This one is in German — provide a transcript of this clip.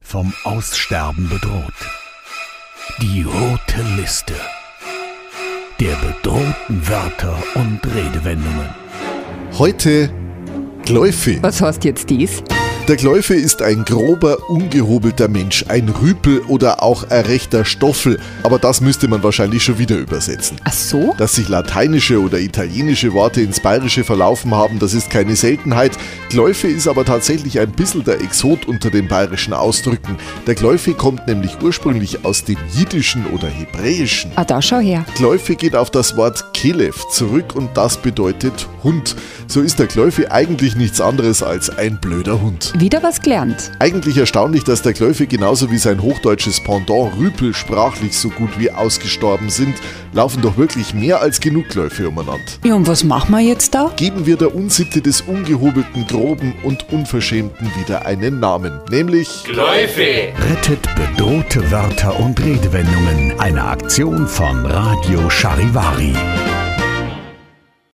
vom Aussterben bedroht. Die rote Liste der bedrohten Wörter und Redewendungen. Heute Gläufe. Was heißt jetzt dies? Der Gläufe ist ein grober, ungehobelter Mensch, ein Rüpel oder auch ein rechter Stoffel, aber das müsste man wahrscheinlich schon wieder übersetzen. Ach so? Dass sich lateinische oder italienische Worte ins Bayerische verlaufen haben, das ist keine Seltenheit. Gläufe ist aber tatsächlich ein bisschen der Exot unter den bayerischen Ausdrücken. Der Gläufe kommt nämlich ursprünglich aus dem Jiddischen oder Hebräischen. Ah, da schau her. Gläufe geht auf das Wort Kelef zurück und das bedeutet Hund. So ist der Gläufe eigentlich nichts anderes als ein blöder Hund. Wieder was gelernt. Eigentlich erstaunlich, dass der Gläufe genauso wie sein hochdeutsches Pendant Rüpel sprachlich so gut wie ausgestorben sind, laufen doch wirklich mehr als genug Gläufe umeinander. Ja, und was machen wir jetzt da? Geben wir der Unsitte des ungehobelten, groben und unverschämten wieder einen Namen, nämlich Läufe! Rettet bedrohte Wörter und Redewendungen. Eine Aktion von Radio Charivari.